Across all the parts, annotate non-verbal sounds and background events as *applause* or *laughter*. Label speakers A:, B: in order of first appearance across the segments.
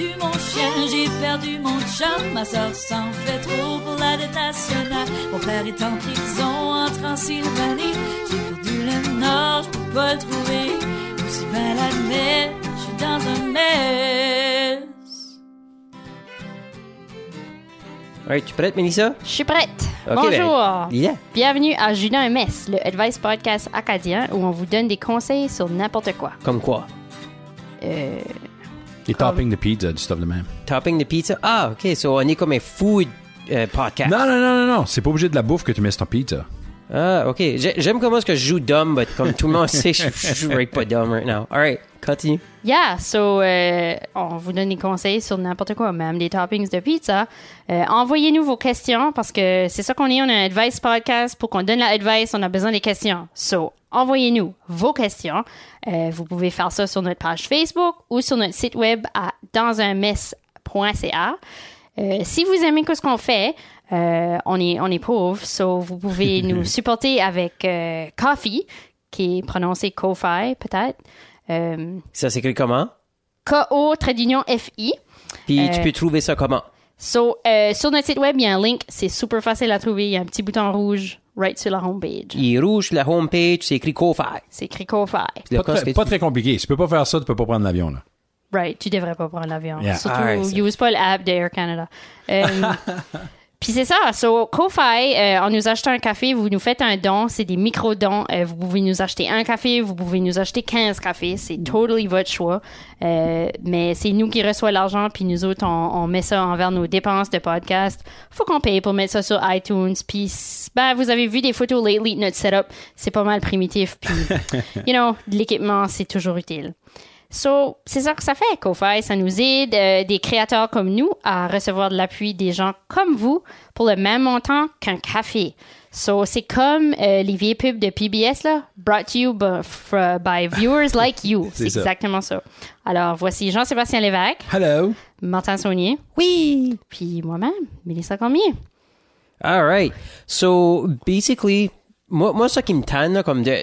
A: chien, j'ai perdu mon chum. Ma soeur s'en fait trop pour la nationale. Mon frère est en prison en Transylvanie. J'ai perdu le nord, je peux pas le trouver. Aussi mal à mer, je suis dans un mess.
B: Alright, tu prête, Mélissa?
C: Je suis prête.
B: Ok,
C: Bonjour.
B: ben, yeah.
C: Bienvenue à Julien Mess, le Advice Podcast acadien où on vous donne des conseils sur n'importe quoi.
B: Comme quoi?
C: Euh,
D: Les toppings de pizza, du stuff de même.
B: Topping de pizza? Ah, ok, so on est comme un food euh, podcast.
D: Non, non, non, non, non. C'est pas obligé de la bouffe que tu mets sur ton pizza.
B: Ah, ok. J'ai- J'aime comment est-ce que je joue dumb, but comme tout le monde *laughs* sait, je je joue right pas dumb right now. Alright, continue.
C: yeah, so euh, on vous donne des conseils sur n'importe quoi, même des toppings de pizza. Euh, Envoyez-nous vos questions parce que c'est ça qu'on est, on a un Advice Podcast. Pour qu'on donne la advice, on a besoin des questions. So, envoyez-nous vos questions. Euh, vous pouvez faire ça sur notre page Facebook ou sur notre site web à dansunmess.ca. Euh, si vous aimez ce qu'on fait, euh, on est on est pauvre, so vous pouvez nous supporter avec euh, Coffee, qui est prononcé Ko-fi peut-être. Euh,
B: Ça s'écrit comment?
C: KO trait d'union FI.
B: Puis tu
C: Euh,
B: peux trouver ça comment?
C: So, euh, sur notre site web, il y a un link, c'est super facile à trouver, il y a un petit bouton rouge right sur la homepage.
B: Il est rouge, la homepage, c'est écrit Ko-Fi.
C: C'est écrit Ko-fi.
B: Là,
D: Pas,
B: quand est-ce que
D: très, pas
B: tu-
D: très compliqué. Si tu peux pas faire ça, tu peux pas prendre l'avion, là.
C: Right, tu devrais pas prendre l'avion.
D: Yeah.
C: Surtout,
B: Ah, ouais, c'est-
C: use pas l'app d'Air Canada. Euh, Puis c'est ça. So, Ko-Fi, euh, en nous achetant un café, vous nous faites un don. C'est des micro-dons. Euh, vous pouvez nous acheter un café, vous pouvez nous acheter 15 cafés. C'est totally votre choix. Euh, mais c'est nous qui reçoit l'argent, puis nous autres, on, on met ça envers nos dépenses de podcast. Faut qu'on paye pour mettre ça sur iTunes. Puis, ben, vous avez vu des photos lately de notre setup. C'est pas mal primitif. Puis, you know, de l'équipement, c'est toujours utile. So, c'est ça que ça fait, Ko-Fi. Ça nous aide, euh, des créateurs comme nous, à recevoir de l'appui des gens comme vous pour le même montant qu'un café. So, c'est comme euh, les vieilles pubs de PBS, là. Brought to you by, fr- by
D: *laughs*
C: viewers like you.
D: C'est
C: c'est
D: ça.
C: exactement ça. Alors, voici Jean-Sébastien Lévesque,
D: Hello.
C: Martin Saunier. Oui. Puis moi-même, Mélissa Cormier.
B: All right. So, basically, moi, moi ça qui me tanne, là, comme de,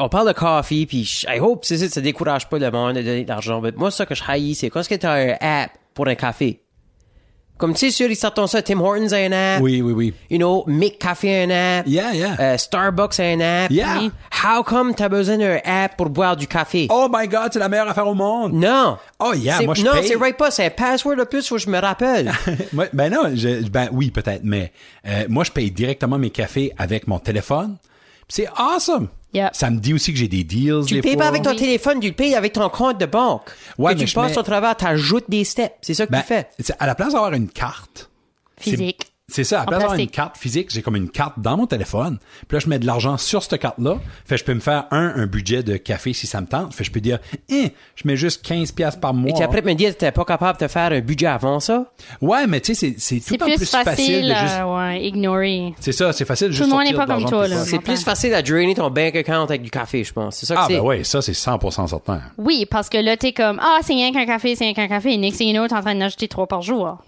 B: on parle de coffee, puis je- I hope c'est ça, ça décourage pas le monde de donner de l'argent, mais moi, ça que je haïs, c'est quand est-ce que t'as un app pour un café? Comme, tu sais, sûr, ils sortent ça, Tim Hortons a un app.
D: Ah. Oui, oui, oui.
B: You know, Mick Café a un app.
D: Yeah, yeah.
B: Euh, Starbucks a un app.
D: Yeah.
B: How come t'as besoin d'un app pour boire du café?
D: Oh my God, c'est la meilleure affaire au monde.
B: Non.
D: Oh, yeah,
B: C'est-
D: moi, je
B: Non,
D: paye.
B: c'est right pas, c'est un password de plus, faut que je me
D: *laughs*
B: rappelle.
D: *laughs* Moi, ben non, je- ben oui, peut-être, mais euh, moi, je paye directement mes cafés avec mon téléphone. Puis C'est awesome.
C: Yeah.
D: Ça me dit aussi que j'ai des deals.
B: Tu
D: des
B: le payes
D: fois.
B: pas avec ton
C: Oui.
B: téléphone, tu le payes avec ton compte de banque.
D: Ouais,
B: que
D: mais
B: tu
D: je
B: passes
D: mets-
B: ton travail, t'ajoutes des steps. C'est ça que
D: Ben,
B: tu fais.
D: c'est- à la place d'avoir une carte,
C: Physique.
D: C'est ça, à la
C: En
D: place d'avoir une
C: plastique.
D: carte physique, j'ai comme une carte dans mon téléphone. Puis là, je mets de l'argent sur cette carte-là. Fait que je peux me faire un, un budget de café si ça me tente. Fait que je peux dire, hein, je mets juste 15 pièces par mois.
B: Et tu après me dire que t'es pas capable de faire un budget avant ça.
D: Ouais, mais tu sais, c'est- c'est tout
C: C'est
D: le temps
C: plus,
D: facile,
C: facile,
D: de
C: à
D: juste...
C: ouais, ignorer.
D: C'est ça, c'est facile de juste
C: le monde
D: sortir
C: n'est pas
D: de l'argent
C: comme toi,
D: plus
C: là.
D: facile.
B: C'est
C: comprends.
B: plus facile à drainer ton bank account avec du café, je pense. C'est ça que
D: Ah
B: c'est.
D: ben oui, ça, c'est 100% certain.
C: Oui, parce que là, t'es comme, ah, c'est rien qu'un café, c'est rien qu'un café. Next thing you know, t'es en train d'en acheter trois par jour.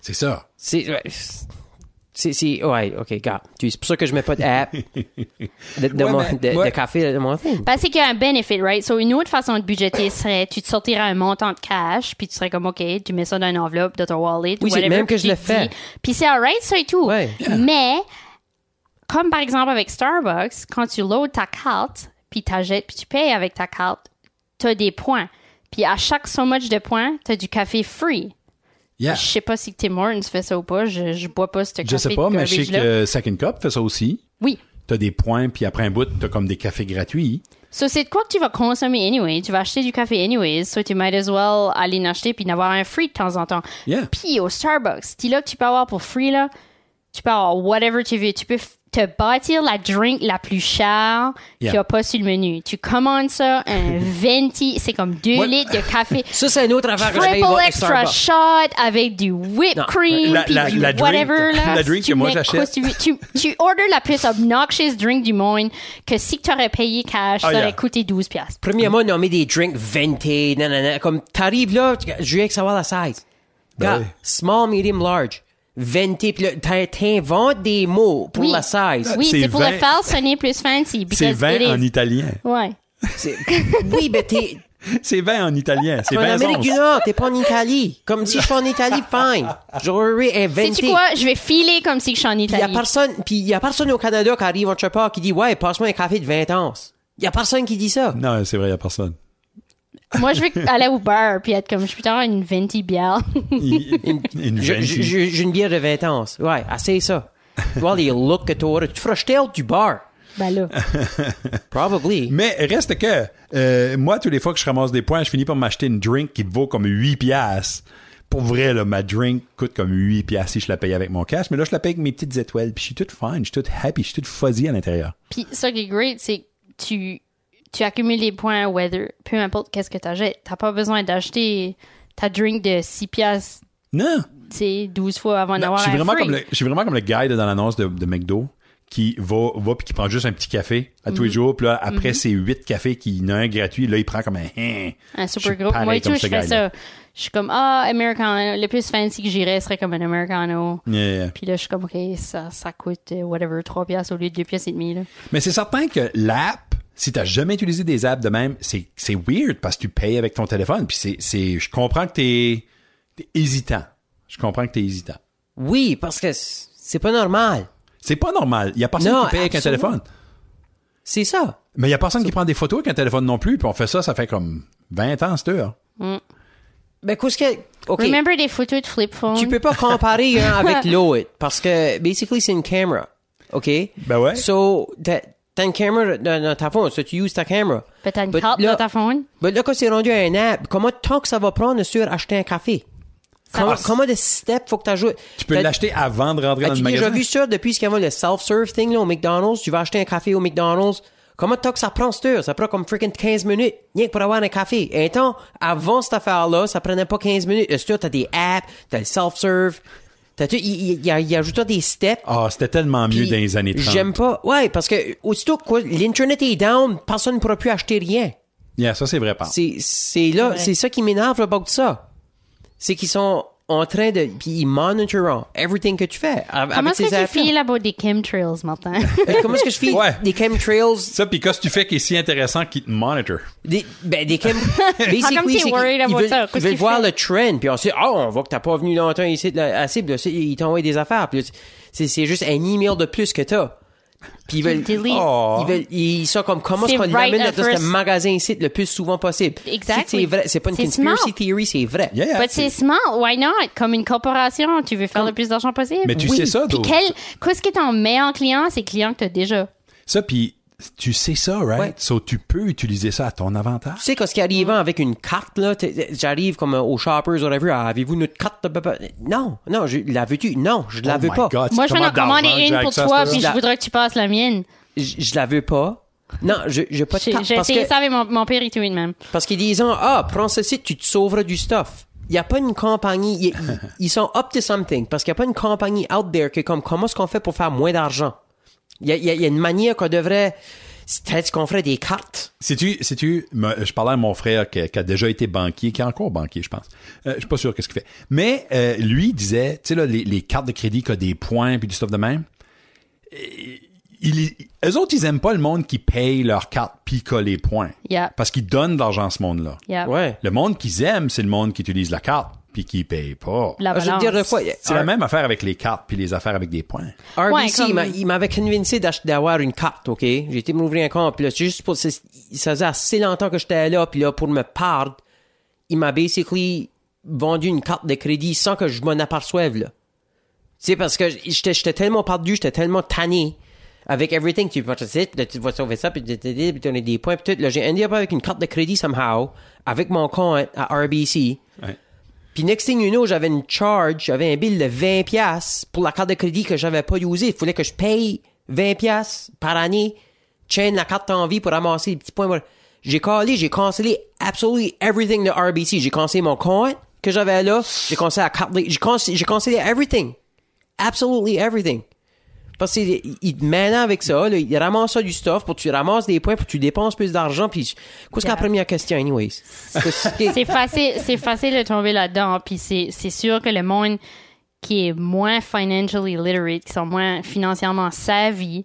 D: C'est ça.
B: C'est, ouais, c'est, c'est- ouais, ok, gars. Tu- C'est pour ça que je mets pas d'app
D: *laughs*
B: de, de,
D: Ouais,
B: mon-
D: mais-
B: de-
D: ouais.
B: de café de mon thing.
C: Parce qu'il y a un benefit, right? So, une autre façon de budgéter serait, tu te sortirais un montant de cash, puis tu serais comme, OK, tu mets ça dans une enveloppe de ton wallet.
B: Oui, c'est
C: whatever,
B: même que
C: puis
B: je le
C: tu te
B: fais.
C: dis- Puis c'est alright, ça et tout.
B: Ouais.
C: Mais, comme par exemple avec Starbucks, quand tu loads ta carte, puis t'achètes, puis tu payes avec ta carte, t'as des points. Puis à chaque so much de points, t'as du café free.
D: Yeah.
C: Je sais pas si Tim Hortons fait ça ou pas. Je, je bois pas ce café
D: Je sais pas,
C: de
D: mais je sais
C: garbage-là.
D: que Second Cup fait ça aussi.
C: Oui.
D: T'as des points, puis après un bout, t'as comme des cafés gratuits.
C: So, c'est de quoi que tu vas consommer anyway. Tu vas acheter du café anyways. So, tu might as well aller en acheter puis en avoir un free de temps en temps.
D: Yeah.
C: Puis au Starbucks, ce là que tu peux avoir pour free, là, tu peux avoir whatever tu veux. Tu peux f- te bâtir la drink la plus chère
D: Yeah.
C: qu'il n'y a pas sur le menu. Tu commandes ça,
D: *laughs*
C: un 20, c'est comme 2
D: Moi-
C: litres de café.
B: Ça, c'est une autre affaire que je paye
C: Triple
B: voir avec
C: extra
B: Starbucks.
C: shot avec du whipped
B: Non,
C: cream,
D: la-
C: puis
D: la-
C: du
D: la drink-
C: whatever. là.
D: la drink
C: Tu
D: que moi,
C: mets
D: j'achète.
C: quoi Tu, veux. tu, tu orders la plus obnoxious drink du monde que si tu aurais payé cash,
D: Ah,
C: ça
D: yeah.
C: aurait coûté 12 piastres.
B: Premièrement, on met des drinks ventés, nanana. Comme t'arrives là, tu- je veux savoir la size. Gars,
D: oui.
B: small, medium, large. Venté, puis là, t'in- t'inventes des mots pour
C: Oui.
B: la size.
C: Oui,
D: C'est
C: c'est pour le
D: 20.
C: faire sonner plus fancy.
D: C'est
C: because it
D: 20 en
C: is.
D: italien.
C: Ouais.
B: C'est- oui, mais t'es,
D: C'est 20 en italien. C'est
B: T'es en
D: 20
B: Amérique du
D: onces.
B: Nord, t'es pas en Italie. Comme si je suis
C: *laughs*
B: en Italie, fine. J'aurais inventé.
C: Sais-tu quoi? Je vais filer comme si je suis en
B: Puis y a
C: Italie.
B: personne, puis y a personne au Canada qui arrive en chopper qui dit ouais, passe-moi un café de 20 ans. Y a personne qui dit ça.
D: Non, c'est vrai, il n'y a personne.
C: Moi, je veux aller au bar puis être comme, je suis dans une venti bière. *laughs*
D: Il-
B: Une-
D: Une
B: je-
D: venti.
B: je- je- J'ai une bière de 20 ans. Ouais, assez ça. Tu vois les looks que t'auras. Tu feras jeter out du bar.
C: ben là.
B: Probably.
D: Mais reste que, euh, moi, tous les fois que je ramasse des points, je finis par m'acheter une drink qui vaut comme 8 piastres. Pour vrai, là, ma drink coûte comme 8 piastres si je la paye avec mon cash. Mais là, je la paye avec mes petites étoiles. Puis je suis toute fine, je suis toute happy, je suis toute fuzzy à l'intérieur.
C: Puis ça qui est great, c'est que tu, tu accumules les points weather, peu importe qu'est-ce que t'achètes. T'as pas besoin d'acheter ta drink de 6 piastres,
D: Non!
C: tu sais, 12 fois avant
D: Non,
C: d'avoir
D: je, suis
C: un
D: vraiment
C: free.
D: comme le, je suis vraiment comme le guy de- dans l'annonce de, de McDo qui va, va puis qui prend juste un petit café à tous les
C: Mhm.
D: jours. Puis là, après ses huit cafés, qu'il y en a un gratuit, là, il prend comme un... hein.
C: Un
D: Je suis
C: super groupe. Moi
D: pareil
C: et tout,
D: comme
C: je
D: ce
C: fais
D: gars-là.
C: ça. Je suis comme, ah, Americano. Le plus fancy que j'irais serait comme un Americano.
D: Yeah.
C: Puis là, je suis comme, OK, ça, ça coûte, euh, whatever, 3 piastres au lieu de 2 piastres et demi. Là.
D: Mais c'est certain que l'app, si t'as jamais utilisé des apps de même, c'est, c'est weird parce que tu payes avec ton téléphone. Puis c'est, c'est, je comprends que t'es, t'es hésitant. Je comprends que t'es hésitant.
B: Oui, parce que c- c'est pas normal.
D: C'est pas normal. Il y a personne
B: Non,
D: qui paye avec un
B: absolument.
D: téléphone.
B: C'est ça.
D: Mais il y a personne qui prend des photos avec un téléphone non plus. Puis on fait ça, ça fait comme 20 ans, c'est dur.
B: Ben qu'est-ce que OK.
C: Remember des photos de flip phone?
B: Tu peux pas comparer
C: *laughs*
B: un avec l'autre parce que basically c'est une caméra. OK?
D: Ben ouais.
B: So t'as t'as une caméra dans, dans ta phone, so tu uses ta caméra.
C: Puis Ben, t'as une
B: But
C: carte
B: là-
C: dans ta phone?
B: Mais là, quand c'est rendu à un app, comment de temps que ça va prendre sur acheter un café? Comment,
D: passe.
B: comment de steps faut que t'ajoutes?
D: Tu peux l'acheter avant de rentrer dans
B: As-tu
D: le
B: déjà
D: magasin.
B: vu ça depuis ce qu'il y avait le self-serve thing là, au McDonald's? Tu vas acheter un café au McDonald's. Comment de temps que ça prend cette heure? Ça prend comme freaking 15 minutes, rien que pour avoir un café. Un temps, avant cette affaire-là, ça prenait pas 15 minutes. Là, c'est sûr, t'as des apps, t'as le self-serve, t'as tout, il- il il- il ajoute des steps.
D: Ah, c'était tellement mieux
B: Puis,
D: dans les années 30.
B: J'aime pas. Ouais, parce que, aussitôt que quoi, l'internet est down, personne ne pourra plus acheter rien.
D: Yeah, ça, c'est vrai, par.
B: C'est, c'est là, c'est ça qui m'énerve about ça. C'est qu'ils sont en train de, puis ils monitorent everything que tu fais. av-
C: Comment
B: avec
C: est-ce
B: ces
C: que tu
B: apps-là.
C: files là-bas des chemtrails, Martin?
B: Euh, Comment est-ce que je fais
D: Ouais.
B: des chemtrails?
D: Ça, puis qu'est-ce que tu fais qui est si intéressant qu'il te monitor?
B: Des, ben, des chem... basically,
C: *laughs* comme t'es
B: c'est
C: worried
B: qu'ils- ils
C: about
B: veulent,
C: ça,
B: ils
C: qu'est-ce
B: veulent
C: qu'il
B: voir
C: fait?
B: le trend, puis on sait, oh, on voit que t'as pas venu longtemps ici, là, assez, puis là, c'est- ils t'envoient des affaires, puis là, c'est, c'est juste un email de plus que t'as. Puis ils veulent,
C: Delete.
D: Oh.
B: ils veulent, ils sont comme, comment est-ce
C: C'est
B: qu'on
C: right
B: l'amène
C: at
B: dans ce
C: first.
B: magasin ici le plus souvent possible?
C: Exactly.
B: C'est vrai, c'est pas une
C: C'est
B: conspiracy
C: smart.
B: theory, c'est vrai.
D: Yeah, yeah,
C: But c'est smart, why not? Comme une corporation, tu veux faire le plus d'argent possible.
D: Mais tu sais ça,
C: Puis
D: d'autres.
C: quel, qu'est-ce qui est ton meilleur client? C'est le client que t'as déjà.
D: Ça, puis tu sais ça, right?
B: Ouais.
D: So, tu peux utiliser ça à ton avantage.
B: Tu sais, quand ce qui
C: Mm.
B: arrive avec une carte, là, t'es- t'es- j'arrive comme euh, aux shoppers, whatever, ah, avez-vous notre carte de papa? Non, non, je la veux-tu? Non, je la
D: Oh
B: veux
D: my
B: pas.
D: God,
C: Moi,
D: tu
C: je vais en
D: commandes d'argent,
C: commander une
D: Jack,
C: pour
D: ça,
C: toi,
D: c'est
C: puis je
B: là.
C: voudrais que tu passes la mienne.
B: Je, je la veux pas. Non, je, j'ai pas de
C: J'ai
B: carte.
C: j'ai
B: Parce,
C: essayé
B: que,
C: ça avec mon, mon père et tout de même.
B: parce qu'ils disent, ah, prends ceci, tu te sauveras du stuff. Il n'y a pas une compagnie, y- y-
D: *laughs*
B: ils sont up to something, parce qu'il n'y a pas une compagnie out there que comme, comment est-ce qu'on fait pour faire moins d'argent? Il y a, il y a- il y a une manière qu'on devrait, c'est peut-être qu'on ferait des cartes.
D: Sais-tu, sais-tu, me- je parlais à mon frère qui, qui a déjà été banquier, qui est encore banquier, je pense. Euh, je suis pas sûr qu'est-ce qu'il fait. Mais euh, lui disait, tu sais, là, les, les cartes de crédit qui ont des points puis du stuff de même. euh, Il, eux autres, ils aiment pas le monde qui paye leur carte puis qui a les points.
C: Yeah.
D: Parce qu'ils donnent de l'argent à ce monde-là.
C: Yeah.
B: Ouais.
D: Le monde qu'ils aiment, c'est le monde qui utilise la carte puis qui paye pas.
C: La
B: Ah, je veux
C: balance.
B: dire, des fois,
D: C'est la même affaire avec les cartes puis les affaires avec des points.
C: Ouais,
B: RBC,
C: comme-
B: il m'a- il m'avait convaincu d'ach- d'avoir une carte, OK? J'ai été m'ouvrir un compte, puis là, c'est juste pour... c'est- Ça faisait assez longtemps que j'étais là, puis là, pour me perdre, il m'a basically vendu une carte de crédit sans que je m'en aperçoive, là. Tu sais, parce que j'étais j'étais tellement perdu, j'étais tellement tanné avec everything. Tu vas là, tu vas sauver ça, puis tu tu- tu- puis tu as des points, puis tout. Là, j'ai ended up avec une carte de crédit, somehow, avec mon compte à RBC.
D: Ouais.
B: Puis next thing you know, j'avais une charge, j'avais un bill de 20 pièces pour la carte de crédit que j'avais pas usée. Il fallait que je paye 20 pièces par année, chaîne la carte en vie pour ramasser les petits points. J'ai callé, j'ai cancellé absolutely everything de RBC. J'ai cancellé mon compte que j'avais là, j'ai cancellé la carte, de- j'ai cancellé, j'ai cancellé everything. Absolutely everything. Parce qu'ils te mènent avec ça, là, ils ramassent ça du stuff pour que tu ramasses des points, pour que tu dépenses plus d'argent. Puis, je- qu'est-ce que la
C: Yeah.
B: première question, anyways?
C: C'est facile, c'est facile de tomber là-dedans. Puis c'est, c'est sûr que le monde qui est moins financially literate, qui sont moins financièrement savvy,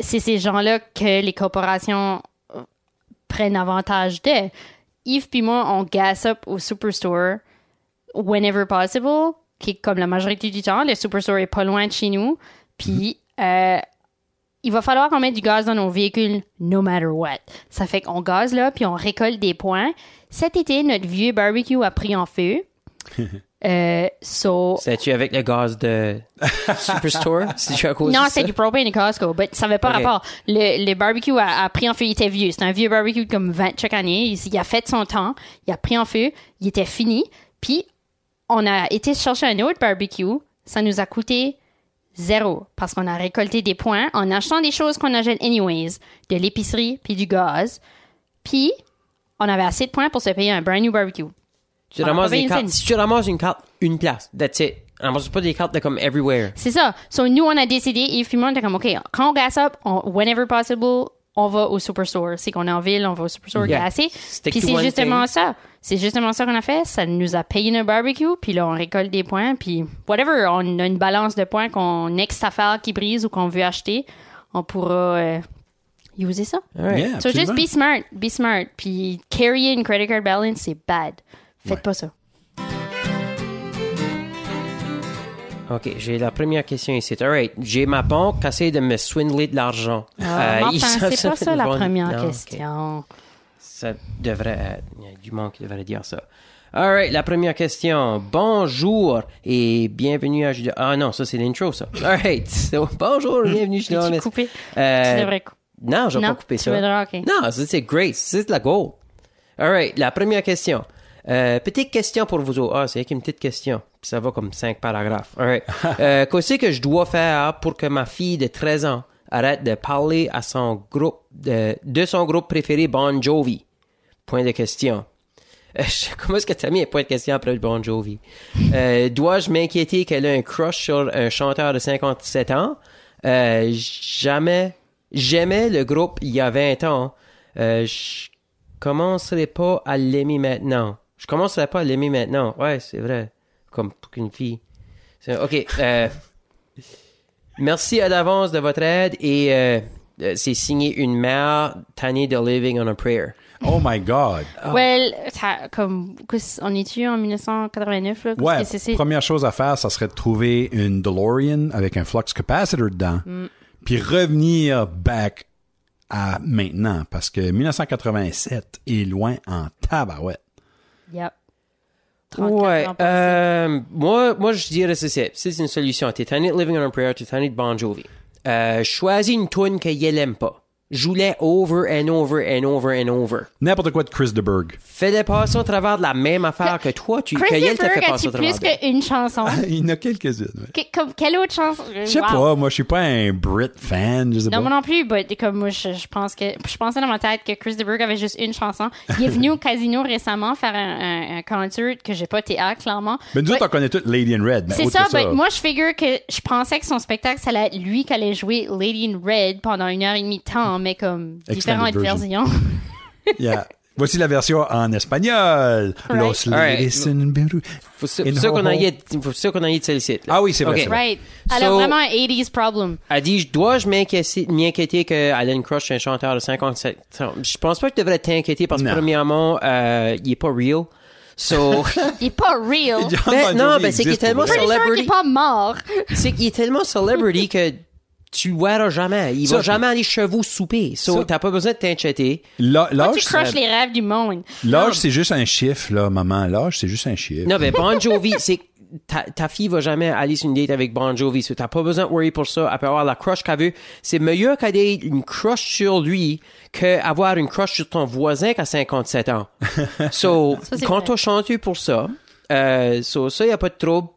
C: c'est ces gens-là que les corporations euh, prennent avantage d'eux. Yves puis moi, on gas up au Superstore whenever possible, qui est comme la majorité du temps. Le Superstore est pas loin de chez nous. Puis, euh, il va falloir qu'on mette du gaz dans nos véhicules, no matter what. Ça fait qu'on gaze là, puis on récolte des points. Cet été, notre vieux barbecue a pris en feu. Euh, so,
B: C'était-tu avec le gaz de
C: *laughs*
B: Superstore? C'est-tu à cause
C: non,
B: de ça?
C: c'est du propane de Costco, mais ça n'avait pas
B: Ok.
C: rapport. Le, le barbecue a, a pris en feu, il était vieux. C'était un vieux barbecue de comme 20 chaque année. Il, il a fait son temps, il a pris en feu, il était fini. Puis, on a été chercher un autre barbecue. Ça nous a coûté zéro parce qu'on a récolté des points en achetant des choses qu'on achète anyways, de l'épicerie puis du gaz. Puis, on avait assez de points pour se payer un brand new barbecue.
B: Tu
C: On a
B: ramasses
C: pas
B: des
C: payé une
B: cartes.
C: scène.
B: Si tu ramasses une carte, une place. That's it. Ramasse pas des cartes de comme everywhere.
C: C'est ça. So, nous, on a décidé, et puis moi, on était comme, OK, quand on gas up, on- whenever possible, on va au Superstore. C'est qu'on est en ville, on va au Superstore
B: Yeah.
C: gasser.
B: Stick
C: Puis
B: to
C: c'est
B: one
C: justement
B: thing.
C: ça. C'est justement ça qu'on a fait. Ça nous a payé un barbecue, puis là, on récolte des points, puis whatever, on a une balance de points qu'on next affaire qui brise ou qu'on veut acheter, on pourra euh, user ça.
B: Alright.
D: Yeah,
C: So, just
D: absolument.
C: be smart, be smart. Puis carry une credit card balance, c'est bad. Faites
D: Ouais.
C: pas ça.
B: OK, j'ai la première question ici. All right, j'ai ma banque qui essaie de me swindler de l'argent. Euh, *laughs*
C: Martin,
B: ils savent
C: Ah, c'est pas ça la
B: ils vont-
C: première
B: Non, Ah, ok.
C: question.
B: Ça devrait être... Il y a du monde qui devrait dire ça. All right, la première question. Bonjour et bienvenue à... Judas- Ah non, ça c'est l'intro, ça. All right, *laughs* so, bonjour et
C: *laughs*
B: bienvenue chez
C: Tu
B: Honest.
C: coupé.
B: Euh,
C: Tu devrais cou-
B: Non, je vais
C: Non,
B: pas couper
C: tu
B: ça.
C: voudras, ok.
B: Non, ça, c'est great. C'est de la gold. All right, la première question. Euh, petite question pour vous autres. Ah, c'est avec une petite question. Puis ça va comme cinq paragraphes. All right. euh, Qu'est-ce que je dois faire pour que ma fille de 13 ans arrête de parler à son groupe, de, de son groupe préféré, Bon Jovi? Point de question. Euh, *laughs* je- Comment est-ce que t'as mis un point de question après le Bon Jovi? Euh, Dois-je m'inquiéter qu'elle a un crush sur un chanteur de 57 ans? Euh, jamais. J'aimais le groupe il y a 20 ans. Euh, je commencerai pas à l'aimer maintenant. Je commencerai pas à l'aimer maintenant. Ouais, c'est vrai. Comme pour qu'une fille. C'est- Ok. euh, *laughs* merci à l'avance de votre aide et euh, euh, c'est signé une mère tannée de living on a prayer.
D: Oh my God.
C: Ah, Well, ça- comme, qu'est-ce- on est-tu en 1989, là?
D: Ouais,
C: Qu'est-ce que c'est-
D: première chose à faire, ça serait de trouver une DeLorean avec un flux capacitor dedans,
C: Mm.
D: puis revenir back à maintenant, parce que 1987 est loin en tabarouette.
C: Yep. 34
B: Ouais,
C: ans passés.
B: euh, moi, moi, je dirais c'est ça. C'est une solution. T'es tanné de Living on a Prayer, t'es tanné de Bon Jovi. Euh, choisis une tune qu'elle aime pas. Joue-la over and over and over and over.
D: N'importe quoi de Chris DeBerg.
B: Fais-les passer au travers de la même affaire ah, que toi, tu, que elle t'a
C: Christopher,
B: fait passer
C: as-tu
B: au travers.
C: plus
B: d'elle. *laughs*
C: qu'une chanson?
D: *laughs* Il y en a quelques-unes. ouais.
C: Que- comme, quelle autre chanson?
D: Je sais pas, moi, je suis pas un Brit fan, je sais
C: Non,
D: pas.
C: moi non plus, but comme moi, je, je pense que, je pensais dans ma tête que Chris DeBerg avait juste une chanson. Il
B: *laughs*
C: est venu au casino récemment faire un, un, un concert que j'ai pas été à, clairement.
D: Mais nous
C: But-
D: autres, on connaît toutes Lady in Red. mais
C: C'est
D: autre
C: ça,
D: que ça
C: ben, moi je figure que je pensais que son spectacle, ça allait être lui qui allait jouer Lady in Red pendant une heure et demie de temps, mais comme
D: Extended
C: différentes
D: version.
C: versions.
D: *laughs* Yeah. Voici la version en espagnol.
C: Right.
D: Los Ladies in Blue.
B: Faut ça-
D: In
B: faut ça qu'on
D: Ho-Ho.
B: aille, faut ça qu'on aille de celle-ci. là.
D: Ah oui, c'est vrai,
B: Ok.
D: c'est vrai.
C: right. Alors
B: So-
C: vraiment un 80s problem.
B: Elle dit, dois-je m'inquiéter, m'inquiéter que Alan Crush est un chanteur de 57 ans? Je pense pas que tu devrais t'inquiéter parce que,
D: Non.
B: premièrement, euh, il est pas real. So,
C: Il est pas real.
D: John
B: Ben,
D: *laughs* Bon
B: non,
D: Jovi
B: ben, c'est qu'il est
D: existe
B: tellement
D: pour vrai.
C: Je suis sûr qu'il est pas mort.
B: c'est qu'il est tellement celebrity que tu le verras jamais. Il
D: Ça,
B: va jamais aller chevaux souper. So,
D: ça-
B: t'as pas besoin de t'inquiéter.
D: Lâ-
C: *laughs* tu
D: Lâche,
C: crushes les rêves du monde.
D: L'âge, c'est juste un chiffre, là, maman. L'âge, c'est juste un chiffre.
B: Non, mais Bon
D: *laughs*
B: Jovi, c'est que ta, ta fille va jamais aller sur une date avec Bon Jovi, so t'as pas besoin de worry pour ça. Elle peut avoir la crush qu'elle veut. C'est meilleur qu'elle ait une crush sur lui qu'avoir une crush sur ton voisin qui a 57 ans. So,
C: Ça, c'est
B: quand
C: vrai.
B: t'as chanté pour ça, euh, so, ça, y a pas de trouble.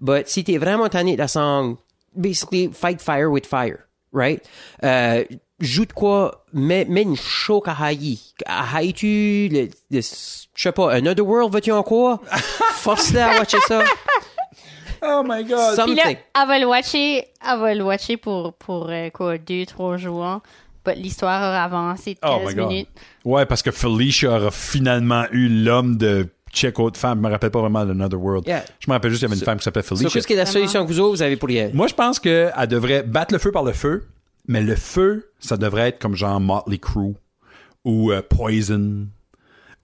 B: But si t'es vraiment tanné de la song, basically, fight fire with fire, right? Euh, joue de quoi, mets, mets une show à haï. À tu le, le- je sais pas, Another World, veux-tu
C: *laughs*
B: encore? Force-la à watcher ça.
D: Oh my God.
C: Puis Euh, là,
B: Something.
C: elle va le watcher, elle va le watcher pour, pour euh, quoi, deux, trois jours. But l'histoire aura avancé de
D: Oh
C: 15
D: my God.
C: minutes.
D: Ouais, parce que Felicia aura finalement eu l'homme de check autre femme. Je me rappelle pas vraiment de Another World.
B: Yeah.
D: Je me rappelle juste qu'il y avait une femme qui s'appelait
B: So,
D: Felicia.
B: qu'est-ce que la solution que vous autres, vous avez pour y aller?
D: Moi, je pense qu'elle devrait battre le feu par le feu, mais le feu, ça devrait être comme genre Motley Crue ou euh, Poison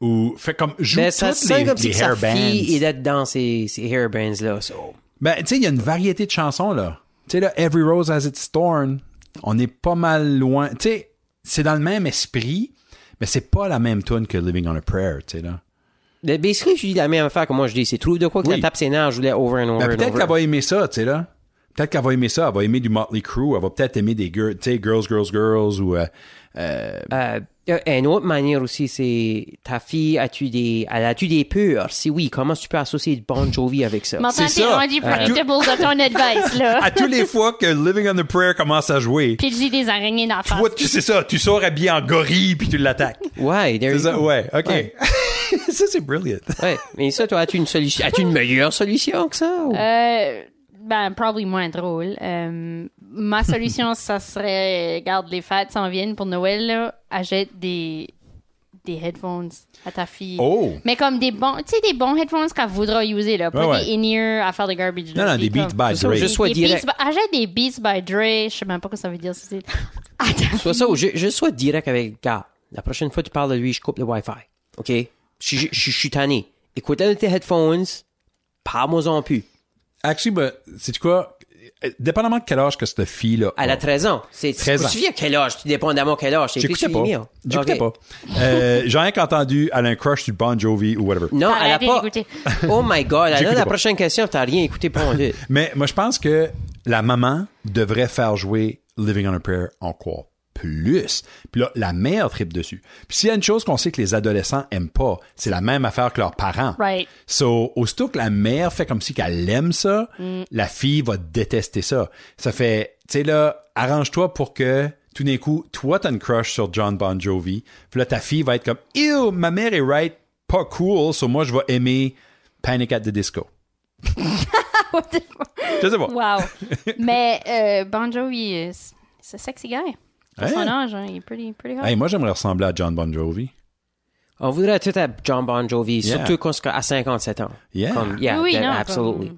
D: Ou fait comme joue
B: Ben, ça
D: toutes
B: sonne
D: les,
B: comme
D: les
B: si que sa
D: hairbands.
B: fille est d'être dans ces, ces hairbands-là. so.
D: Ben, tu sais, il y a une variété de chansons, là. Tu sais, là, Every Rose Has Its Thorn, on est pas mal loin. Tu sais, c'est dans le même esprit, mais c'est pas la même tune que Living on a Prayer, tu sais, là.
B: Ben, Basically, je dis la même affaire que moi je dis. C'est trouve de quoi que
D: Oui.
B: la tape ses nerfs, je voulais over and over.
D: Ben,
B: and
D: peut-être
B: over.
D: qu'elle va aimer ça, tu sais, là. Peut-être qu'elle va aimer ça. Elle va aimer du Motley Crue. Elle va peut-être aimer des girls, tu sais, Girls, Girls, Girls, ou... euh,
B: Euh, euh, une autre manière aussi, c'est ta fille, as-tu des, elle a-tu des peurs? Si oui, comment tu peux associer de Bon Jovi avec ça?
C: M'entends,
D: C'est
C: t'es
D: ça.
C: rendu
D: Euh,
C: predictable de ton advice,
D: *laughs*
C: là.
D: à tous les fois que Living on a Prayer commence à jouer,
C: Puis j'ai des araignées dans la face.
D: toi, tu sais ça, tu sors habillé en gorille, puis tu l'attaques.
B: Ouais, there
D: C'est
B: you
D: ça,
B: go.
D: ouais, OK.
B: Ouais.
D: *laughs* ça, c'est brilliant.
B: Ouais. Mais ça, toi, as-tu une solution, as-tu une meilleure solution que ça? ou-
C: Euh, ben, probably moins drôle. Euh, ma
D: *laughs*
C: solution, ça serait, garde les fêtes s'en viennent pour Noël, là, achète des, des headphones à ta fille.
D: Oh!
C: Mais comme des bons, tu sais, des bons headphones qu'elle voudra user, là. Pas
D: Ouais, ouais.
C: des in-ear à faire des garbage.
D: Non,
C: là,
D: non, des Beats
C: comme-
D: by
B: ça,
D: Dre.
B: je sois
C: des
B: direct.
C: Beats by- achète des Beats by Dre, je sais même pas ce que ça veut dire. si c'est- *laughs* à ta
B: Soit ça, ou je, je sois direct avec gars. La prochaine fois que tu parles de lui, je coupe le Wi-Fi. OK? Je, je, je suis tanné. Écoute un de tes headphones, parle-moi en plus.
D: Actually, ben, c'est quoi? Euh, Dépendamment de quel âge que cette fille-là.
B: Elle
D: a,
B: a 13 ans. C'est,
D: 13
B: tu
D: ans.
B: te souviens quel âge? Tu dépendamment quel âge. C'est
D: J'écoutais
B: écrit
D: pas.
B: sur les miens. OK.
D: J'écoutais pas. Euh, J'ai rien qu'entendu, elle a un crush sur Bon Jovi ou whatever.
B: Non,
C: T'as
B: elle a
C: arrêté
B: pas.
C: d'écouter.
B: Oh my god, elle a
D: J'écoutais
B: la
D: pas.
B: prochaine question, t'as rien écouté pour
D: *laughs*
B: dit.
D: Mais moi, je pense que la maman devrait faire jouer Living on a Prayer encore plus. Puis là, la meilleure trip dessus. Puis s'il y a une chose qu'on sait que les adolescents aiment pas, c'est la même affaire que leurs parents.
C: Right.
D: So, aussitôt que la mère fait comme si qu'elle aime ça,
C: Mm.
D: la fille va détester ça. Ça fait, tu sais là, arrange-toi pour que tout d'un coup, toi, t'as une crush sur John Bon Jovi. Puis là, ta fille va être comme, ew, ma mère est right, pas cool, so moi, je vais aimer Panic at the Disco. Je sais pas. *laughs*
C: Wow. Mais euh, Bon Jovi, euh, c'est- c'est sexy guy. À
D: Hein?
C: son âge, hein, il est pretty, pretty hot.
D: Ah. Hey, moi, j'aimerais ressembler à John Bon Jovi.
B: On voudrait tout à John Bon Jovi,
D: Yeah.
B: surtout quand c'est à 57 ans.
D: Yeah.
B: Comme, yeah,
C: Oui, oui,
B: that-
C: non,
B: absolutely.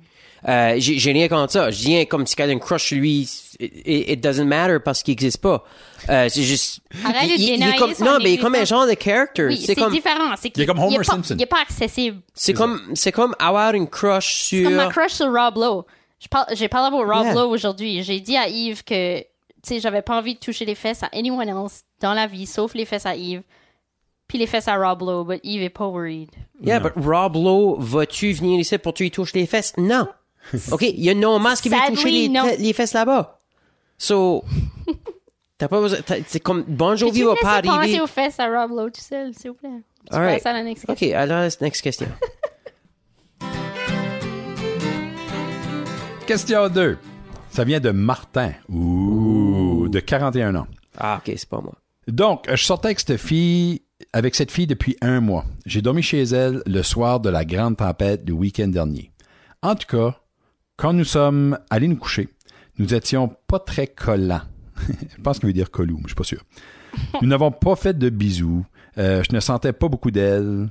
B: Euh, j'ai j'ai rien contre ça. Je dis rien comme si quelqu'un crush sur lui, it, it doesn't matter parce qu'il existe pas. Euh, c'est juste.
C: Arrête de
B: il- il est
C: dénier
B: comme-
C: son
B: Non, mais il est comme un
C: existence.
B: genre de character.
C: Oui, c'est
B: c'est comme,
C: différent. C'est qu'il
D: est comme
C: il
D: Homer
C: pas-
D: Simpson.
C: Il n'est pas accessible.
B: c'est comme, c'est comme avoir une crush sur.
C: Comme ma crush sur Rob Lowe. Je parle- J'ai parlé au Rob
B: euh, Yeah.
C: Lowe aujourd'hui. J'ai dit à Yves que, tu sais, j'avais pas envie de toucher les fesses à anyone else dans la vie, sauf les fesses à Yves. Puis les fesses à Rob Lowe, but Yves est pas worried.
B: Yeah, but Rob Lowe, vas-tu venir ici pour que tu lui touches les fesses? Non. OK, il y a non masque qui veut
C: Sadly,
B: toucher les,
C: non.
B: te- les fesses là-bas.
C: *laughs*
B: So, t'as pas besoin. t'as- C'est comme Bon
C: Peux-tu
B: Jovi
C: me
B: va
C: laisser
B: pas arriver.
C: penser aux fesses à Rob Lowe tout seul, s'il vous plaît? Tu
B: All right.
C: passes à la next
B: OK, alors, next
C: *laughs*
B: question.
D: Question 2. Ça vient de Martin. Ouh. De 41 ans.
B: Ah, OK, c'est pas moi.
D: Donc, je sortais avec cette fille, avec cette fille depuis un mois. J'ai dormi chez elle le soir de la grande tempête du week-end dernier. En tout cas, quand nous sommes allés nous coucher, nous étions pas très collants. *laughs* je pense qu'il veut dire collou, mais je suis pas sûr. Nous n'avons pas fait de bisous. Euh, je ne sentais pas beaucoup d'elle.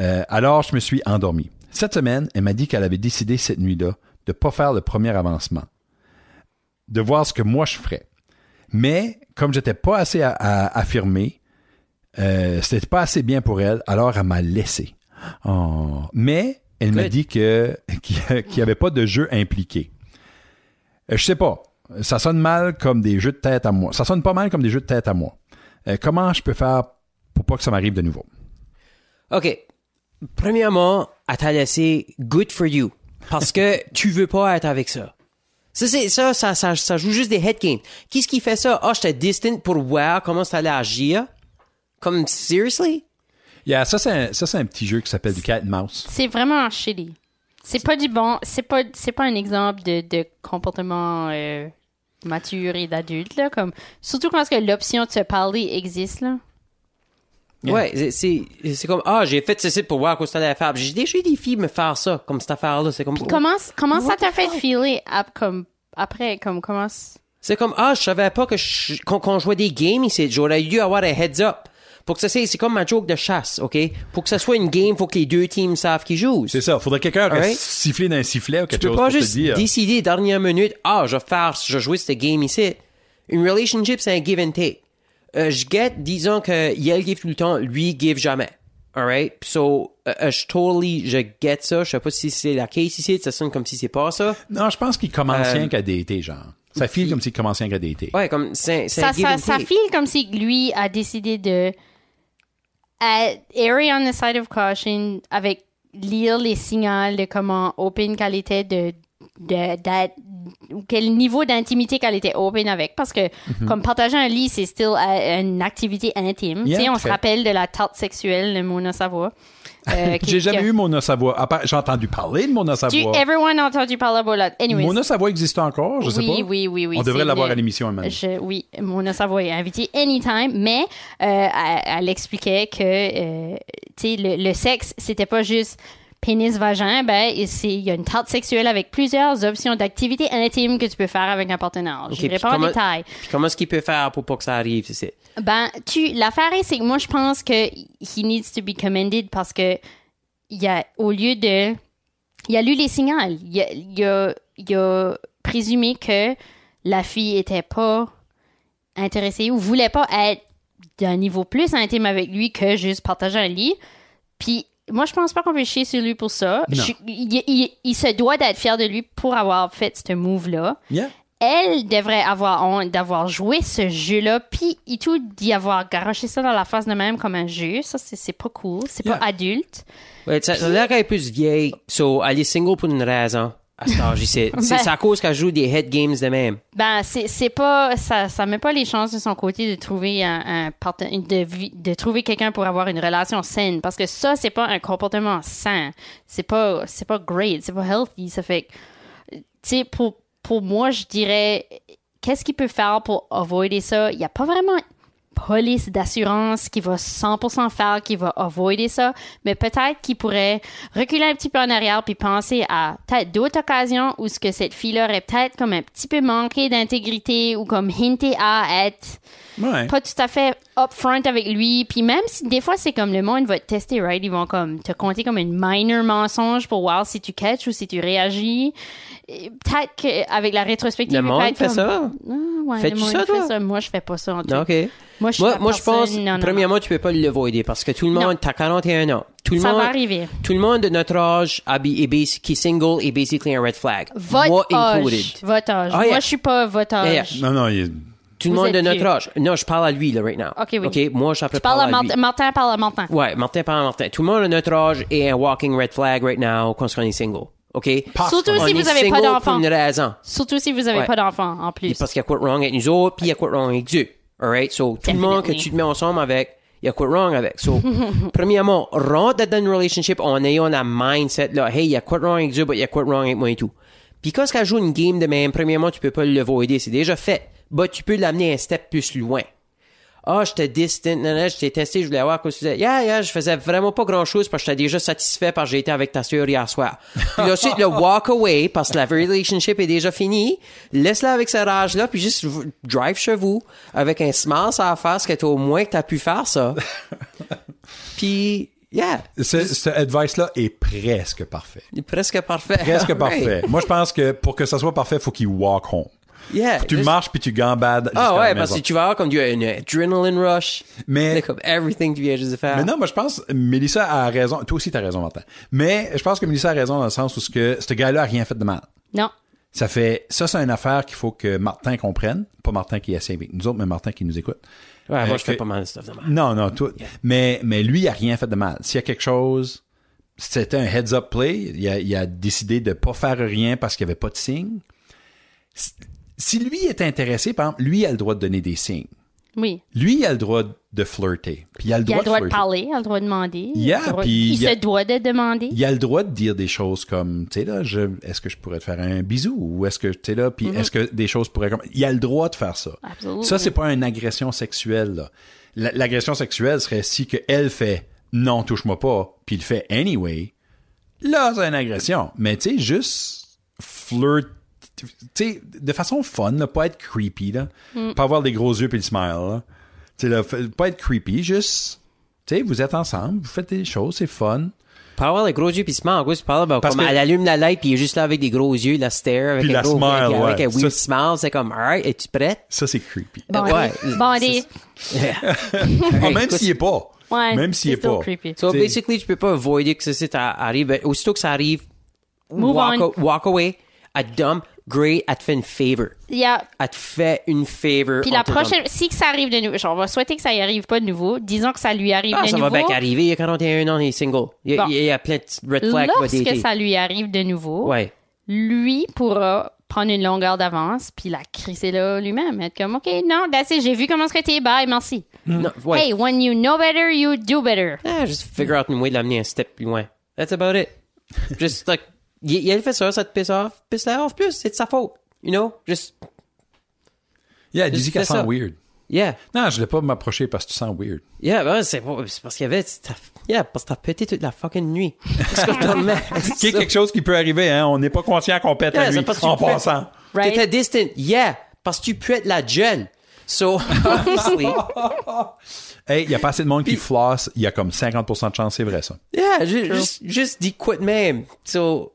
D: Euh, alors, je me suis endormi. Cette semaine, elle m'a dit qu'elle avait décidé cette nuit-là de pas faire le premier avancement, de voir ce que moi je ferais. Mais comme j'étais pas assez à, à- affirmé, euh, c'était pas assez bien pour elle, alors elle m'a laissé. Oh. Mais elle m'a
B: Good.
D: dit que *laughs* qu'il n'y avait pas de jeu impliqué. Euh, Je sais pas. Ça sonne mal comme des jeux de tête à moi. Ça sonne pas mal comme des jeux de tête à moi. Euh, comment je peux faire pour pas que ça m'arrive de nouveau?
B: OK. Premièrement, à t'a laissé good for you. Parce
C: *laughs*
B: que tu veux pas être avec ça. Ça, c'est, ça, ça, ça, ça joue juste des head games. Qu'est-ce qui fait ça? Ah, j'étais distant pour voir comment ça allait agir. Comme, seriously?
D: Yeah, ça, c'est un, ça, c'est un petit jeu qui s'appelle du cat and mouse.
C: C'est vraiment shitty. C'est pas du bon. C'est pas, c'est pas un exemple de, de comportement euh, mature et d'adulte, là. Comme, surtout quand est-ce que l'option de se parler existe, là.
B: Ouais, c'est- c'est, c'est comme, ah, j'ai fait ceci pour voir comment ça allait faire. J'ai déjà eu des filles me faire ça, comme cette affaire-là. C'est comme,
C: Comment, comment ça
B: What
C: t'a
B: the
C: fait
B: fuck?
C: filer ap- comme, après, comme, comment. s-
B: C'est comme, ah, je savais pas que je- qu'on qu'on jouait des games ici. J'aurais dû avoir un heads up. Pour que ça c'est, c'est comme ma joke de chasse, ok? Pour que ça soit une game, faut que les deux teams savent qui jouent.
D: C'est ça. Faudrait quelqu'un qui a
B: Alright.
D: sifflé d'un sifflet ou quelque
B: Tu peux
D: chose
B: pas
D: pour
B: juste
D: te dire.
B: décider dernière minute, ah, je vais faire, je vais jouer cette game ici. Une relationship, c'est un give and take. Euh, je guette, disons que Yel give tout le temps, lui give jamais. Alright? So, euh, euh, je totally, je get ça. Je sais pas si c'est la case ici. Ça sonne comme si c'est pas ça.
D: Non, je pense qu'il commence
B: Euh,
D: rien qu'à dater, genre. Ça file comme s'il commence rien qu'à dater.
B: Ouais, comme, c'est, c'est un
C: Ça,
B: give
C: ça,
B: and
C: ça
B: take.
C: file comme si lui a décidé de à- errer on the side of caution avec lire les signaux de comment open qu'elle était de, de- d'a- quel niveau d'intimité qu'elle était open avec parce que
D: Mhm.
C: comme partager un lit c'est still euh, une activité intime
D: Yeah,
C: tu sais on
D: tout
C: se
D: à
C: rappelle de la tarte sexuelle de Mona Savoie
D: *laughs*
C: euh, qui-
D: J'ai jamais
C: qui-
D: eu Mona Savoie. À part- J'ai entendu parler de Mona
C: tu,
D: Savoie.
C: everyone a entendu parler de Bola anyways
D: Mona Savoie existe encore, je sais
C: oui,
D: pas.
C: Oui, oui, oui.
D: On devrait
C: c'est
D: l'avoir
C: le-
D: à l'émission, Emmanuel.
C: Je- Oui, Mona Savoie est invitée anytime, mais euh, elle, elle expliquait que euh, tu sais, le, le sexe, c'était pas juste pénis-vagin, ben, et c'est- il y a une tarte sexuelle avec plusieurs options d'activités intimes que tu peux faire avec un partenaire.
B: Ok,
C: Je n'irai
B: puis
C: pas en
B: comment-
C: détail.
B: Puis comment est-ce qu'il peut faire pour pas que ça arrive, c'est, c'est-
C: Ben, tu, l'affaire est, c'est que moi, je pense que he needs to be commended parce que il a, au lieu de, il a lu les signaux. Il a, il a, il a présumé que la fille était pas intéressée ou voulait pas être d'un niveau plus intime avec lui que juste partager un lit. Puis, moi, je pense pas qu'on peut chier sur lui pour ça.
D: Non.
C: Je- il, il- il se doit d'être fier de lui pour avoir fait ce move-là
D: Yeah.
C: elle devrait avoir honte d'avoir joué ce jeu-là, puis et tout d'y avoir garoché ça dans la face de même comme un jeu. Ça, c'est c'est pas cool. C'est
D: Yeah.
C: pas adulte.
B: Ouais, ça, ça a l'air qu'elle est plus vieille. So, elle est single pour une raison. À cet âge
C: *laughs*
B: ici. C'est, c'est à cause qu'elle joue des head games de même.
C: Ben, c'est c'est pas. Ça, ça met pas les chances de son côté de trouver un, un parten- de, vi- de trouver quelqu'un pour avoir une relation saine. Parce que ça, c'est pas un comportement sain. C'est pas, c'est pas great. C'est pas healthy. Ça fait que, tu sais, pour, pour moi, je dirais, qu'est-ce qu'il peut faire pour avoider ça? Il n'y a pas vraiment une police d'assurance qui va 100% faire, qui va avoider ça, mais peut-être qu'il pourrait reculer un petit peu en arrière puis penser à peut-être d'autres occasions où ce que cette fille-là aurait peut-être comme un petit peu manqué d'intégrité ou comme hinté à être
D: Ouais.
C: pas tout à fait upfront avec lui. Puis même si des fois c'est comme le monde va te tester, right? Ils vont comme te compter comme une minor mensonge pour voir si tu catches ou si tu réagis. Et Peut-être qu'avec la rétrospective,
B: Le
C: il peut
B: monde
C: être
B: fait
C: comme,
B: ça?
C: Ah, ouais,
B: Fais-tu
C: le monde
B: ça,
C: fait
B: toi?
C: ça. Moi, je fais pas ça en tout.
B: Ah, OK.
C: Moi, je suis
B: Moi,
C: la
B: moi, je
C: personne-
B: pense,
C: non, non, non.
B: premièrement, tu peux pas le voider parce que tout le
C: Non.
B: monde, t'as 41 ans. Tout le
C: Ça
B: monde,
C: va arriver.
B: Tout le monde de notre âge a bi- est basi- qui est single est basically un red flag.
C: Votre
B: Moi included.
C: âge. Votre âge.
B: Ah, yeah.
C: Moi, je suis pas votre
B: Yeah,
C: âge.
D: Non, non, il est-
B: Tout le
C: Vous
B: monde de
C: êtes
B: notre
C: vieux.
B: âge. Non, je parle à lui, là, right now.
C: OK, oui.
B: OK, moi, je parle
C: Tu parles à
B: à lui.
C: Martin, Martin parle à Martin.
B: Ouais, Martin parle à Martin. Tout le monde de notre âge est un walking red flag right now quand on est single. OK?
D: Parce
C: Surtout
D: qu'on-
B: on
C: si
B: est
C: vous avez
B: single
C: pas
B: pour
C: d'enfant.
B: une raison.
C: Surtout si vous avez
B: Ouais.
C: pas d'enfant, en plus.
B: Parce qu'il y a quoi de wrong avec nous autres, puis il y a quoi de wrong avec Dieu. Alright? So, tout le monde que
C: Definitely.
B: tu te mets ensemble avec, il y a quoi de wrong avec. So, premièrement, rentre dans une relationship en ayant la mindset là, hey, il y a quoi de wrong avec Dieu, mais il y a quoi de wrong avec moi et tout. Puis quand elle joue une game de même, premièrement, tu peux pas le voider, c'est déjà fait. Bah, tu peux l'amener un step plus loin. Ah, j'étais distant, non, non, je t'ai testé, je voulais voir quoi tu faisais. Yeah, yeah, je faisais vraiment pas grand chose parce que j'étais déjà satisfait parce que j'ai été avec ta sœur hier soir. Puis ensuite,
D: *laughs*
B: le walk away parce que la relationship est déjà finie. Laisse-la avec ce rage-là puis juste v- drive chez vous avec un smile sur la face que t'as au moins que t'as pu faire
D: *laughs*
B: ça. puis, yeah,
D: ce, ce advice-là est presque parfait.
B: presque parfait.
D: Presque
B: *laughs* Right.
D: parfait. Moi, je pense que pour que ça soit parfait, faut qu'il walk home.
B: Yeah.
D: Tu
B: Just-
D: marches puis tu gambades.
B: Ah
D: jusqu'à
B: ouais,
D: la
B: parce que
D: maison.
B: tu vas avoir comme du une adrenaline rush.
D: Mais-
B: Là, comme everything que tu viens juste de
C: Ah.
B: faire.
D: Mais non, moi, je pense, Mélissa a raison. Toi aussi, t'as raison, Martin. Mais je pense que Mélissa a raison dans le sens où ce, que, ce gars-là a rien fait de mal.
C: Non.
D: Ça fait, ça, c'est une affaire qu'il faut que Martin comprenne. Pas Martin qui est assis avec nous autres, mais Martin qui nous écoute.
B: Ouais,
D: Euh,
B: moi, je fais
D: que-
B: pas mal de stuff de même.
D: Non, non, tout. Mais, mais lui, il a rien fait de mal. S'il y a quelque chose, c'était un heads-up play. Il a, il a décidé de pas faire rien parce qu'il n'y avait pas de signe. Si- Si lui est intéressé, par exemple, lui a le droit de donner des signes.
C: Oui.
D: Lui, il a le droit de flirter. Puis il a le
C: Il
D: droit,
C: a le droit de
D: flirter.
C: parler, il a le droit de demander. il
D: Yeah,
C: a le droit-
D: puis
C: il
D: il y a-
C: se doit de demander.
D: Il a le droit de dire des choses comme, tu sais là, je- est-ce que je pourrais te faire un bisou ou est-ce que tu sais là, puis est-ce que des choses pourraient comme, il a le droit de faire ça.
C: Absolutely.
D: Ça c'est pas une agression sexuelle. là. La- L'agression sexuelle serait si que elle fait, non touche-moi pas, puis il fait anyway. Là c'est une agression, mais tu sais juste flirt, tu sais de façon fun, là, pas être creepy là, pas avoir des gros yeux puis le smile. là. Tu sais là, fa- pas être creepy, juste, tu sais vous êtes ensemble, vous faites des choses, c'est fun.
B: Pas avoir les gros yeux puis se marre, en gros, c'est pas là, ben,
D: Parce
B: comme
D: que-
B: elle allume la light puis il est juste là avec des gros yeux, la stare, avec
D: Puis
B: un
D: la
B: gros
D: smile,
B: avec- avec
D: ouais.
B: un weird
D: Ça,
B: smile, c'est comme, alright, es-tu prête?
D: Ça c'est creepy.
C: Bandé.
B: Ouais.
C: Bandé.
D: Ah, même
B: écoute-
D: s'il est pas.
C: Ouais,
D: Même s'il
C: c'est
D: est
C: still
D: pas.
C: creepy.
B: So
D: T'sais-
B: basically, tu peux pas avoider que ça, ça arrive. Ben, Aussitôt que ça arrive,
C: Move
B: walk,
C: on.
B: a- walk away, elle te dump, great, elle te fait une favor.
C: Yeah.
B: Elle te fait une favor.
C: Puis
B: on
C: la
B: te dump.
C: prochaine, si que ça arrive de nouveau, genre, on va souhaiter que ça y arrive pas de nouveau. Disons que ça lui arrive
B: Ah,
C: de
B: ça
C: nouveau.
B: va bien qu'arriver, il a 41 ans, il est single. Il y a,
C: Bon.
B: il y a plein de petites red flags qu'il va
C: Lorsque
B: dater.
C: ça lui arrive de nouveau,
B: Ouais.
C: lui pourra prendre une longueur d'avance puis la crisser là lui-même. Être comme, OK, non, that's it, j'ai vu comment ce que t'es, bye, merci.
B: Non, ouais.
C: Hey, when you know better, you do better.
B: Ah, juste figure out une way de l'amener un step plus loin. That's about *laughs* it. Just like, il, il a fait ça, ça te pisse off, pisse la off plus, c'est de sa faute. You know? Just,
D: Yeah, Dizzy
B: Fais
D: qu'elle
B: ça.
D: sent weird.
B: yeah.
D: Non, je ne l'ai pas m'approcher parce que tu sens weird.
B: Yeah, bah, c'est pour- c'est parce qu'il y avait. t'as- Yeah, parce que t'as pété toute la fucking *laughs* nuit. Parce que t'en mets.
D: C'est quelque chose qui peut arriver, hein. On n'est pas conscient qu'on pète
B: Yeah,
D: à
B: c'est
D: lui
B: parce que
D: en
B: tu peux-
D: passant.
C: Right?
B: T'étais distant. Yeah, parce que tu pètes la gueule. *laughs* So, obviously.
D: Hey, il y a pas assez de monde qui flosse. Il y a comme 50% de chance, c'est vrai, ça.
B: Yeah, ju- juste, juste dis quoi de même. So.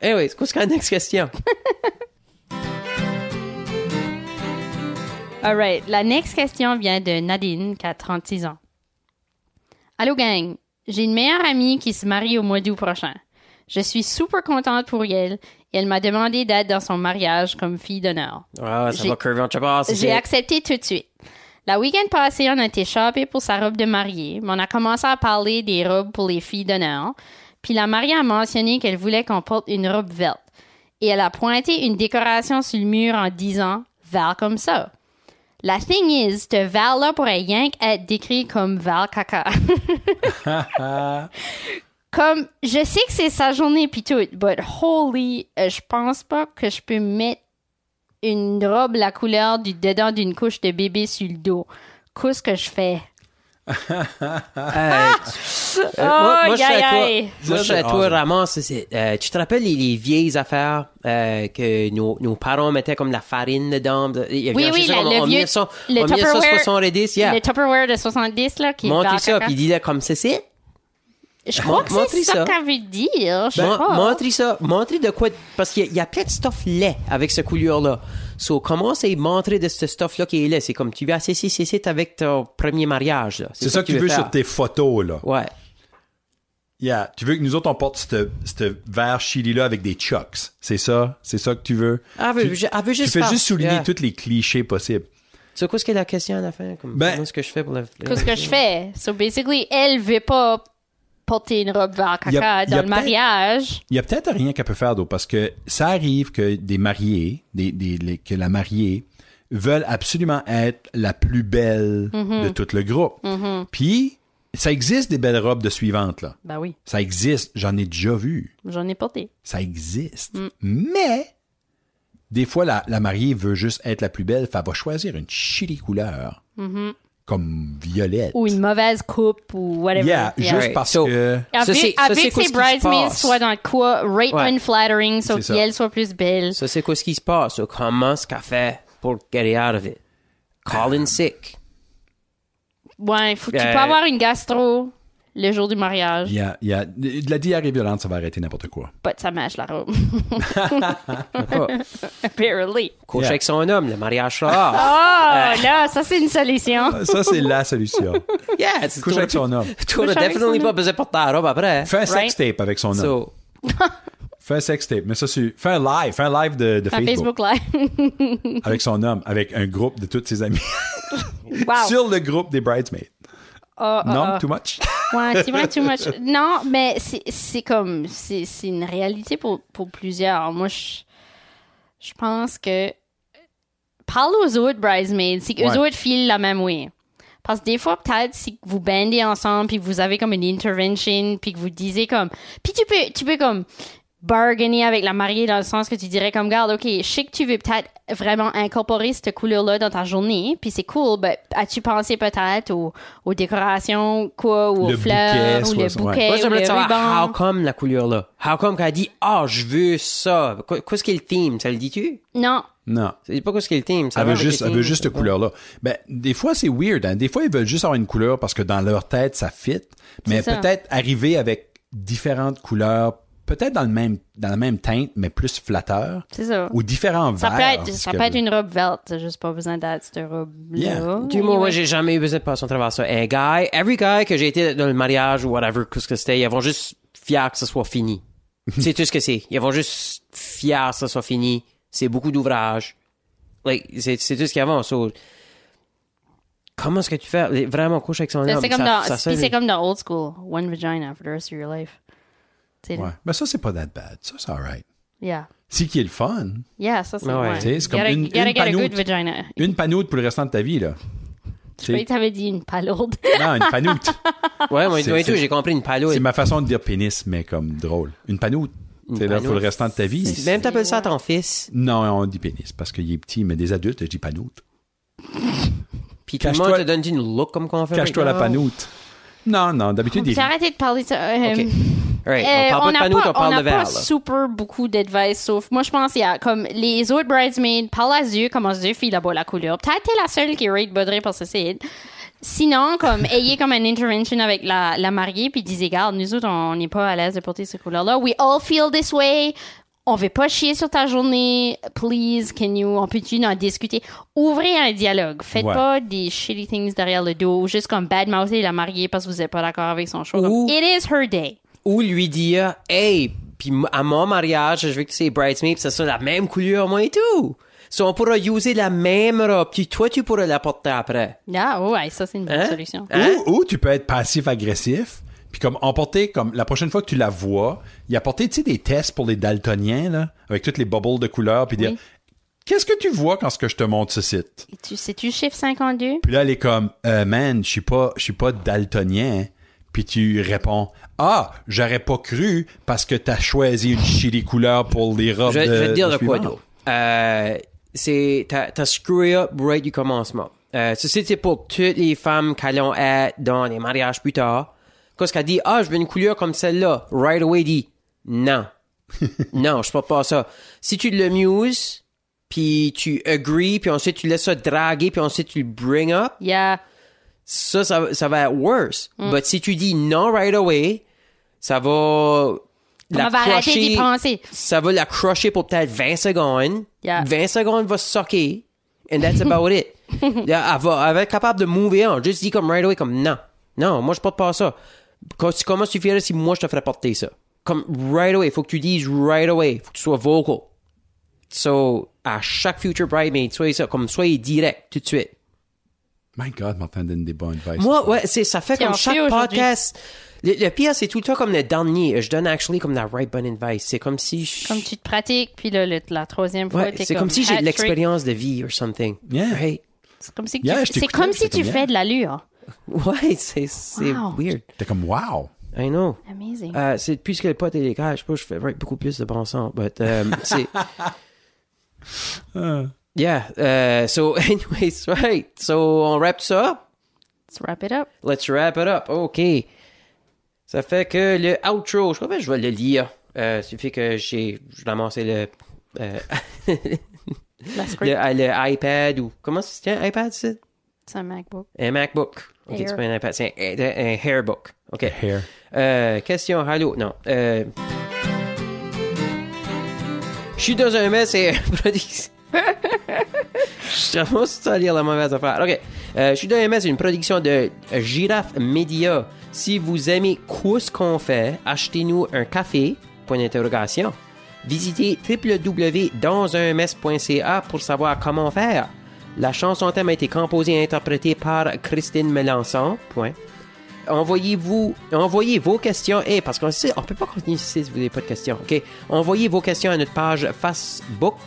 B: Anyways, qu'est-ce qu'il y a next
C: *laughs*
B: question?
C: All right. La next question vient de Nadine, qui a 36 ans. Allô, gang. J'ai une meilleure amie qui se marie au mois d'août prochain. Je suis super contente pour elle et elle m'a demandé d'être dans son mariage comme fille d'honneur.
B: Ah, ça
C: J'ai-
B: va curver en chapas.
C: J'ai accepté tout de suite. La week-end passé, on a été shopping pour sa robe de mariée, mais on a commencé à parler des robes pour les filles d'honneur. Puis la mariée a mentionné qu'elle voulait qu'on porte une robe verte. Et elle a pointé une décoration sur le mur en disant « Val comme ça ». La thing is, ce Val-là pourrait yank être décrit comme Val *laughs* caca. comme, je sais que c'est sa journée pis tout, but holy, euh, je pense pas que je peux mettre une robe la couleur du dedans d'une couche de bébé sur le dos. Qu'est-ce que je
D: *laughs*
C: fais? Ah!
B: Euh, moi, moi, je suis
C: aïe,
B: à toi.
C: aïe.
B: Moi, je suis à
D: Ça, Ah, c'est
B: toi,
D: awesome.
B: Ramon. c'est- c'est, euh, tu te rappelles les, les vieilles affaires euh, que nos, nos parents mettaient comme de la farine dedans? de- il y avait
C: Oui,
B: un-
C: oui,
B: je sais
C: la-
B: pas, en-
C: le
B: en
C: vieux-
B: 1900
C: le
B: en
C: Tupperware-
B: 1970, yeah.
C: Le Tupperware de 70, là, qui est
B: Montre
C: Val
B: ça,
C: caca.
B: puis dis-le comme ceci.
C: Je crois
B: Mon-
C: que
B: montre
C: c'est
B: ça.
C: ça qu'elle veut dire. Je sais
B: Mon-
C: pas.
B: montre ça, montre de quoi, parce qu'il y, a- il y a plein de stuff laid avec ce couleur-là. So, commence à y montrer de ce stuff-là qui est laid. C'est comme tu vas ceci, ceci avec ton premier mariage, là.
D: C'est ça que tu veux sur
B: faire.
D: tes photos, là.
B: Ouais.
D: Yeah. Tu veux que nous autres, on porte ce ce verre chili-là avec des chucks. C'est ça? C'est ça que tu veux?
B: Ah, elle veut-
D: tu,
B: je- elle veut
D: tu
B: juste
D: fais
B: faire-
D: juste souligner
B: yeah.
D: tous les clichés possibles.
B: So, qu'est-ce que la question à la fin? Comme,
D: Ben-
B: comment est-ce que je fais pour la...
C: Qu'est-ce que je fais? So, basically, elle veut pas porter une robe Val
D: Il y a-
C: caca
D: il y a
C: dans le
D: peut-être-
C: mariage.
D: Il y a peut-être rien qu'elle peut faire d'autre parce que ça arrive que des mariés, des, des- les- que la mariée veulent absolument être la plus belle de tout le groupe. Puis ça existe des belles robes de suivantes là.
C: Ben oui,
D: Ça existe, j'en ai déjà vu.
C: j'en ai porté.
D: Ça existe. Mais des fois la, la mariée veut juste être la plus belle, fait, elle va choisir une chili couleur. Comme violette.
C: Ou une mauvaise coupe ou whatever.
D: Yeah,
C: Yeah.
D: juste
B: Right.
D: parce
B: So-
D: que
C: Elle
B: Ça,
C: veut-
B: c'est-
C: elle
B: ça,
C: veut
B: c'est
C: que
B: quoi
C: ses
B: ce qui se
C: bridesmaids
B: passe?
C: soient dans le quoi, right
B: Ouais.
C: unflattering,
D: C'est
C: sauf
D: ça.
C: qu'elle soit plus belle.
B: Ça, c'est quoi ce qui se passe? So, comment ce qu'elle fait pour get out of it? Calling sick.
C: Ouais, faut, tu
B: Euh,
C: peux avoir une gastro le jour du mariage,
D: il y a, il y a- de la diarrhée violente, ça va arrêter n'importe quoi.
C: pas de ça mâche
B: *laughs*
C: la robe. *laughs*
B: Ah,
C: Apparently.
B: couche
D: Yeah.
B: avec son homme, le mariage sera.
C: Oh,
B: Ah.
C: là, ça c'est une solution.
D: Ça, c'est la solution.
B: Yeah, c'est
D: *laughs* Couche avec son homme.
B: *laughs* Toi,
C: Couche avec
B: definitely
C: son
B: pas
C: homme.
B: besoin de porter ta robe après.
D: Fais un
C: Right.
D: sex tape avec son homme.
B: So,
D: Fais un sex tape. Mais ça, c'est. Fais un live. Fais un live de, de
C: Un Facebook
D: Facebook.
C: Live. *laughs*
D: Avec son homme. Avec un groupe de tous ses amis.
C: Wow.
D: Sur le groupe des bridesmaids.
C: Oh, oh,
D: non,
C: oh.
D: too much. *laughs*
C: Ouais, too much, too much. Non, mais c'est- c'est comme. C'est c'est une réalité pour, pour plusieurs. Moi, je, je pense que. Parle aux autres bridesmaids, c'est qu'eux
D: Ouais.
C: autres filent la même way. Parce que des fois, peut-être, si vous bandez ensemble, puis vous avez comme une intervention, puis que vous disiez comme. Puis tu peux, tu peux comme bargainer avec la mariée dans le sens que tu dirais comme garde ok je sais que tu veux peut-être vraiment incorporer cette couleur là dans ta journée puis c'est cool mais as-tu pensé peut-être aux, aux décorations quoi ou aux
D: Le
C: fleurs
D: bouquet,
C: ou le
D: soit- ouais.
C: bouquet
B: Moi,
C: ou
B: j'aimerais
C: le
B: savoir how
C: ruban
B: come la couleur là. How come qu'elle dit, ah, je veux ça. Qu- Qu'est-ce qui est le theme? Ça le dit-tu?
C: non
D: Non.
B: C'est pas qu'est-ce qui est le theme. Ça
D: Elle
B: va
D: veut
B: avec
D: juste,
B: le
D: elle
B: theme,
D: veut juste
B: ça
D: cette
B: va.
D: couleur-là. Ben, des fois, c'est weird. hein. Des fois, ils veulent juste avoir une couleur parce que dans leur tête, ça fit. Mais
C: C'est ça.
D: peut-être arriver avec différentes couleurs peut-être dans, le même, dans la même teinte, mais plus flatteur,
C: C'est ça.
D: ou différents
C: Ça peut,
D: verres.
C: être,
D: parce
C: ça
D: que-
C: peut être une robe verte. T'as juste pas besoin d'être cette robe-là.
D: Yeah.
B: Du moins, moi, j'ai jamais eu besoin de passer à travers ça. Un guy, every guy que j'ai été dans le mariage ou whatever, qu'est-ce que c'était, ils vont juste fier que ce soit fini. c'est tout ce que c'est. Ils vont juste fier que ce soit fini. C'est beaucoup d'ouvrages. Like, c'est, c'est tout ce qu'il y a avant. So, comment est-ce que tu fais? Les- Vraiment, couche avec son homme.
C: Ben, C'est comme,
B: ça-
C: dans-
B: ça
C: puis
B: sonne-
C: c'est comme dans Old School. One vagina for the rest of your life. T'sais,
D: Ouais. Mais ça, c'est pas that bad. Ça, c'est alright.
C: Yeah.
D: C'est qui est le fun.
C: Yeah, ça c'est
B: Ouais.
C: ouais.
B: Tu
D: sais, c'est comme
C: You gotta-
D: une-
C: you gotta
D: une
C: get a
D: panneau-
C: good vagina.
D: Une panoute pour le restant de ta vie, là.
C: Je croyais que t'avais dit une palourde.
D: Non, une
B: *laughs*
D: panoute.
B: Ouais, moi,
D: C'est-
B: moi et
D: c'est-
B: tout, j'ai compris une palo.
D: c'est ma façon de dire pénis, mais comme drôle. Une panoute. C'est là pour le
B: panoute.
D: restant de ta vie.
B: Même t'appelles ça à ton fils,
D: Non, on dit pénis parce qu'il est petit, mais des adultes, je dis panoute.
B: Oh puis tout le
D: Cache-toi-
B: monde te donne une look comme qu'on fait. Oh.
D: Cache-toi la panoute. Non, non, d'habitude,
C: Puis
D: des...
C: arrêtez de parler de ça. Euh,
B: Ok. Right,
C: euh,
B: on parle
C: n'a
B: pas de panoute, on parle
C: n'a
B: de verre.
C: pas
B: là.
C: super beaucoup d'advice, sauf moi, je pense qu'il y a comme les autres bridesmaids, parle à Dieu, commence Dieu, fille là-bas, la couleur. Peut-être t'es la seule qui rate Baudrey pour ce site. Sinon,
B: *laughs*
C: comme, ayez comme une intervention avec la, la mariée, puis disez, garde, nous autres, on n'est pas à l'aise de porter ces couleurs-là. We all feel this way. On veut pas chier sur ta journée. Please, can you, on peut-tu en discuter? Ouvrez un dialogue. Faites
D: Ouais.
C: pas des shitty things derrière le dos, ou juste comme bad mouther la mariée parce que vous êtes pas d'accord avec son choix. Comme,
B: Ou-
C: It is her day.
B: ou lui dire hey puis m- à mon mariage je veux que tu sois bridesmaid pis ça soit la même couleur moi et tout so, on pourra user la même robe puis toi tu pourras la porter après
C: Ah, ouais, ça, c'est une bonne
B: Hein?
C: solution.
B: Hein?
D: Ou, ou tu peux être passif-agressif, puis comme emporter, comme la prochaine fois que tu la vois, y apporter, tu sais, des tests pour les daltoniens, là, avec toutes les bubbles de couleurs, puis dire, qu'est-ce que tu vois quand ce que je te montre ce site?
C: Et tu sais-tu le chiffre 52?
D: Puis là, elle est comme, Euh, man, je suis pas, je suis pas daltonien. Puis tu réponds, ah, j'aurais pas cru parce que t'as choisi une shitty couleur pour les robes
B: je,
D: de,
B: je vais te dire
D: de
B: de quoi
D: suivante.
B: d'autre euh, c'est t'as t'as screwé up right du commencement euh, ceci c'est pour toutes les femmes qu'allons être dans les mariages plus tard quand ce qu'elle dit ah je veux une couleur comme celle-là right away dit non non je porte pas ça si tu le muses puis tu agrees, puis ensuite tu laisses ça draguer, puis ensuite tu le bring up,
C: Yeah.
B: ça, ça, ça va être worse.
C: Mm.
B: But si tu dis non right away, ça va
C: On va arrêter d'y
B: crusher-
C: penser.
B: Ça va la crusher pour peut-être 20 secondes.
C: Yeah.
B: 20 secondes va socker. And that's about
C: *laughs*
B: it. Yeah, elle, va, elle va être capable de mouver on. Juste dis comme right away, comme non. Non, moi je porte pas ça. Quand tu, comment tu ferais si moi je te ferais porter ça? Comme right away. Faut que tu dises right away. Faut que tu sois vocal. So, à chaque future bridesmaid, soyez ça. Comme soyez direct tout de suite.
D: My God, Martin donne des bonnes advice.
B: Moi, ouais, c'est, ça fait
C: Puis
B: comme
C: on fait
B: chaque
C: aujourd'hui.
B: podcast. Le, le pire, c'est tout le temps comme le dernier. Je donne actually comme la right bonne advice. C'est comme si je-
C: Comme tu te pratiques, puis là, le- la troisième fois,
B: Ouais,
C: t'es
B: c'est comme, si j'ai de
C: hat-trick.
B: l'expérience de vie or something.
D: Yeah.
B: Right?
C: C'est comme si, tu,
D: Yeah, je
C: c'est
D: t'écoutais,
C: comme si
D: j'étais
C: tu
D: comme,
C: fais
D: yeah.
C: de l'allure.
B: Ouais, c'est, c'est
C: Wow.
B: weird.
D: T'es comme, wow.
B: I know.
C: Amazing.
B: Euh, c'est depuis que le pote est légal, je sais pas, je fais right, beaucoup plus de bon sens, but, euh, *laughs* c'est... Yeah, euh, so, *laughs* anyways, right. So, on wrap ça up.
C: Let's wrap it up.
B: Let's wrap it up. OK. Ça fait que le outro, je crois que je vais le lire. Euh, suffit que j'ai j'ai ramassé le, euh, *laughs*
C: La
B: le,
C: script,
B: euh, le iPad ou. Comment ça se tient, un iPad, c'est
C: c'est un MacBook.
B: Un MacBook. OK,
C: Air.
B: c'est pas un iPad, c'est un, un Hairbook. OK.
D: Hair.
B: Euh, question, allô? Non. Euh, je suis dans un mess et *laughs* production. Je commence à lire la mauvaise affaire. Ok. Euh, je suis dans un mess, une production de Girafe Media. Si vous aimez quoi ce qu'on fait, achetez-nous un café. Point d'interrogation. Visitez www.dansunmess.ca pour savoir comment faire. La chanson thème a été composée et interprétée par Christine Melançon. Point envoyez-vous, envoyez vos questions. Et parce qu'on sait- on peut pas continuer ici si vous n'avez pas de questions. Ok, envoyez vos questions à notre page Facebook,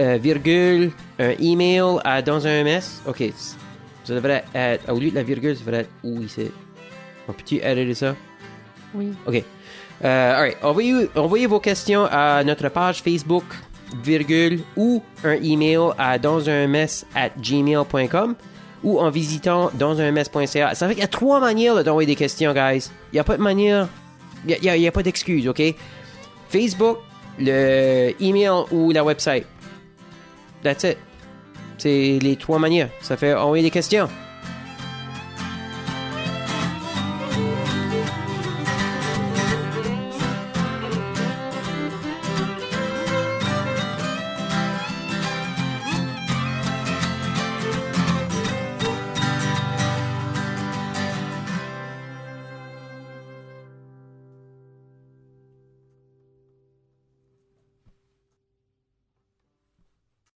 B: euh, virgule, un email à dans un MS. Ok, c- ça devrait être au lieu de la virgule, ça devrait être où ici. On peut-tu arrêter ça?
C: Oui.
B: OK. Euh, all right. envoyez, envoyez vos questions à notre page Facebook, virgule, ou un email à dansunmess at gmail.com ou en visitant dansunmess.ca. Ça fait qu'il y a trois manières là, d'envoyer des questions, guys. Il n'y a pas de manière... Il n'y a, il y a pas d'excuse, OK? Facebook, le email ou la website. That's it. C'est les trois manières. Ça fait envoyer des questions.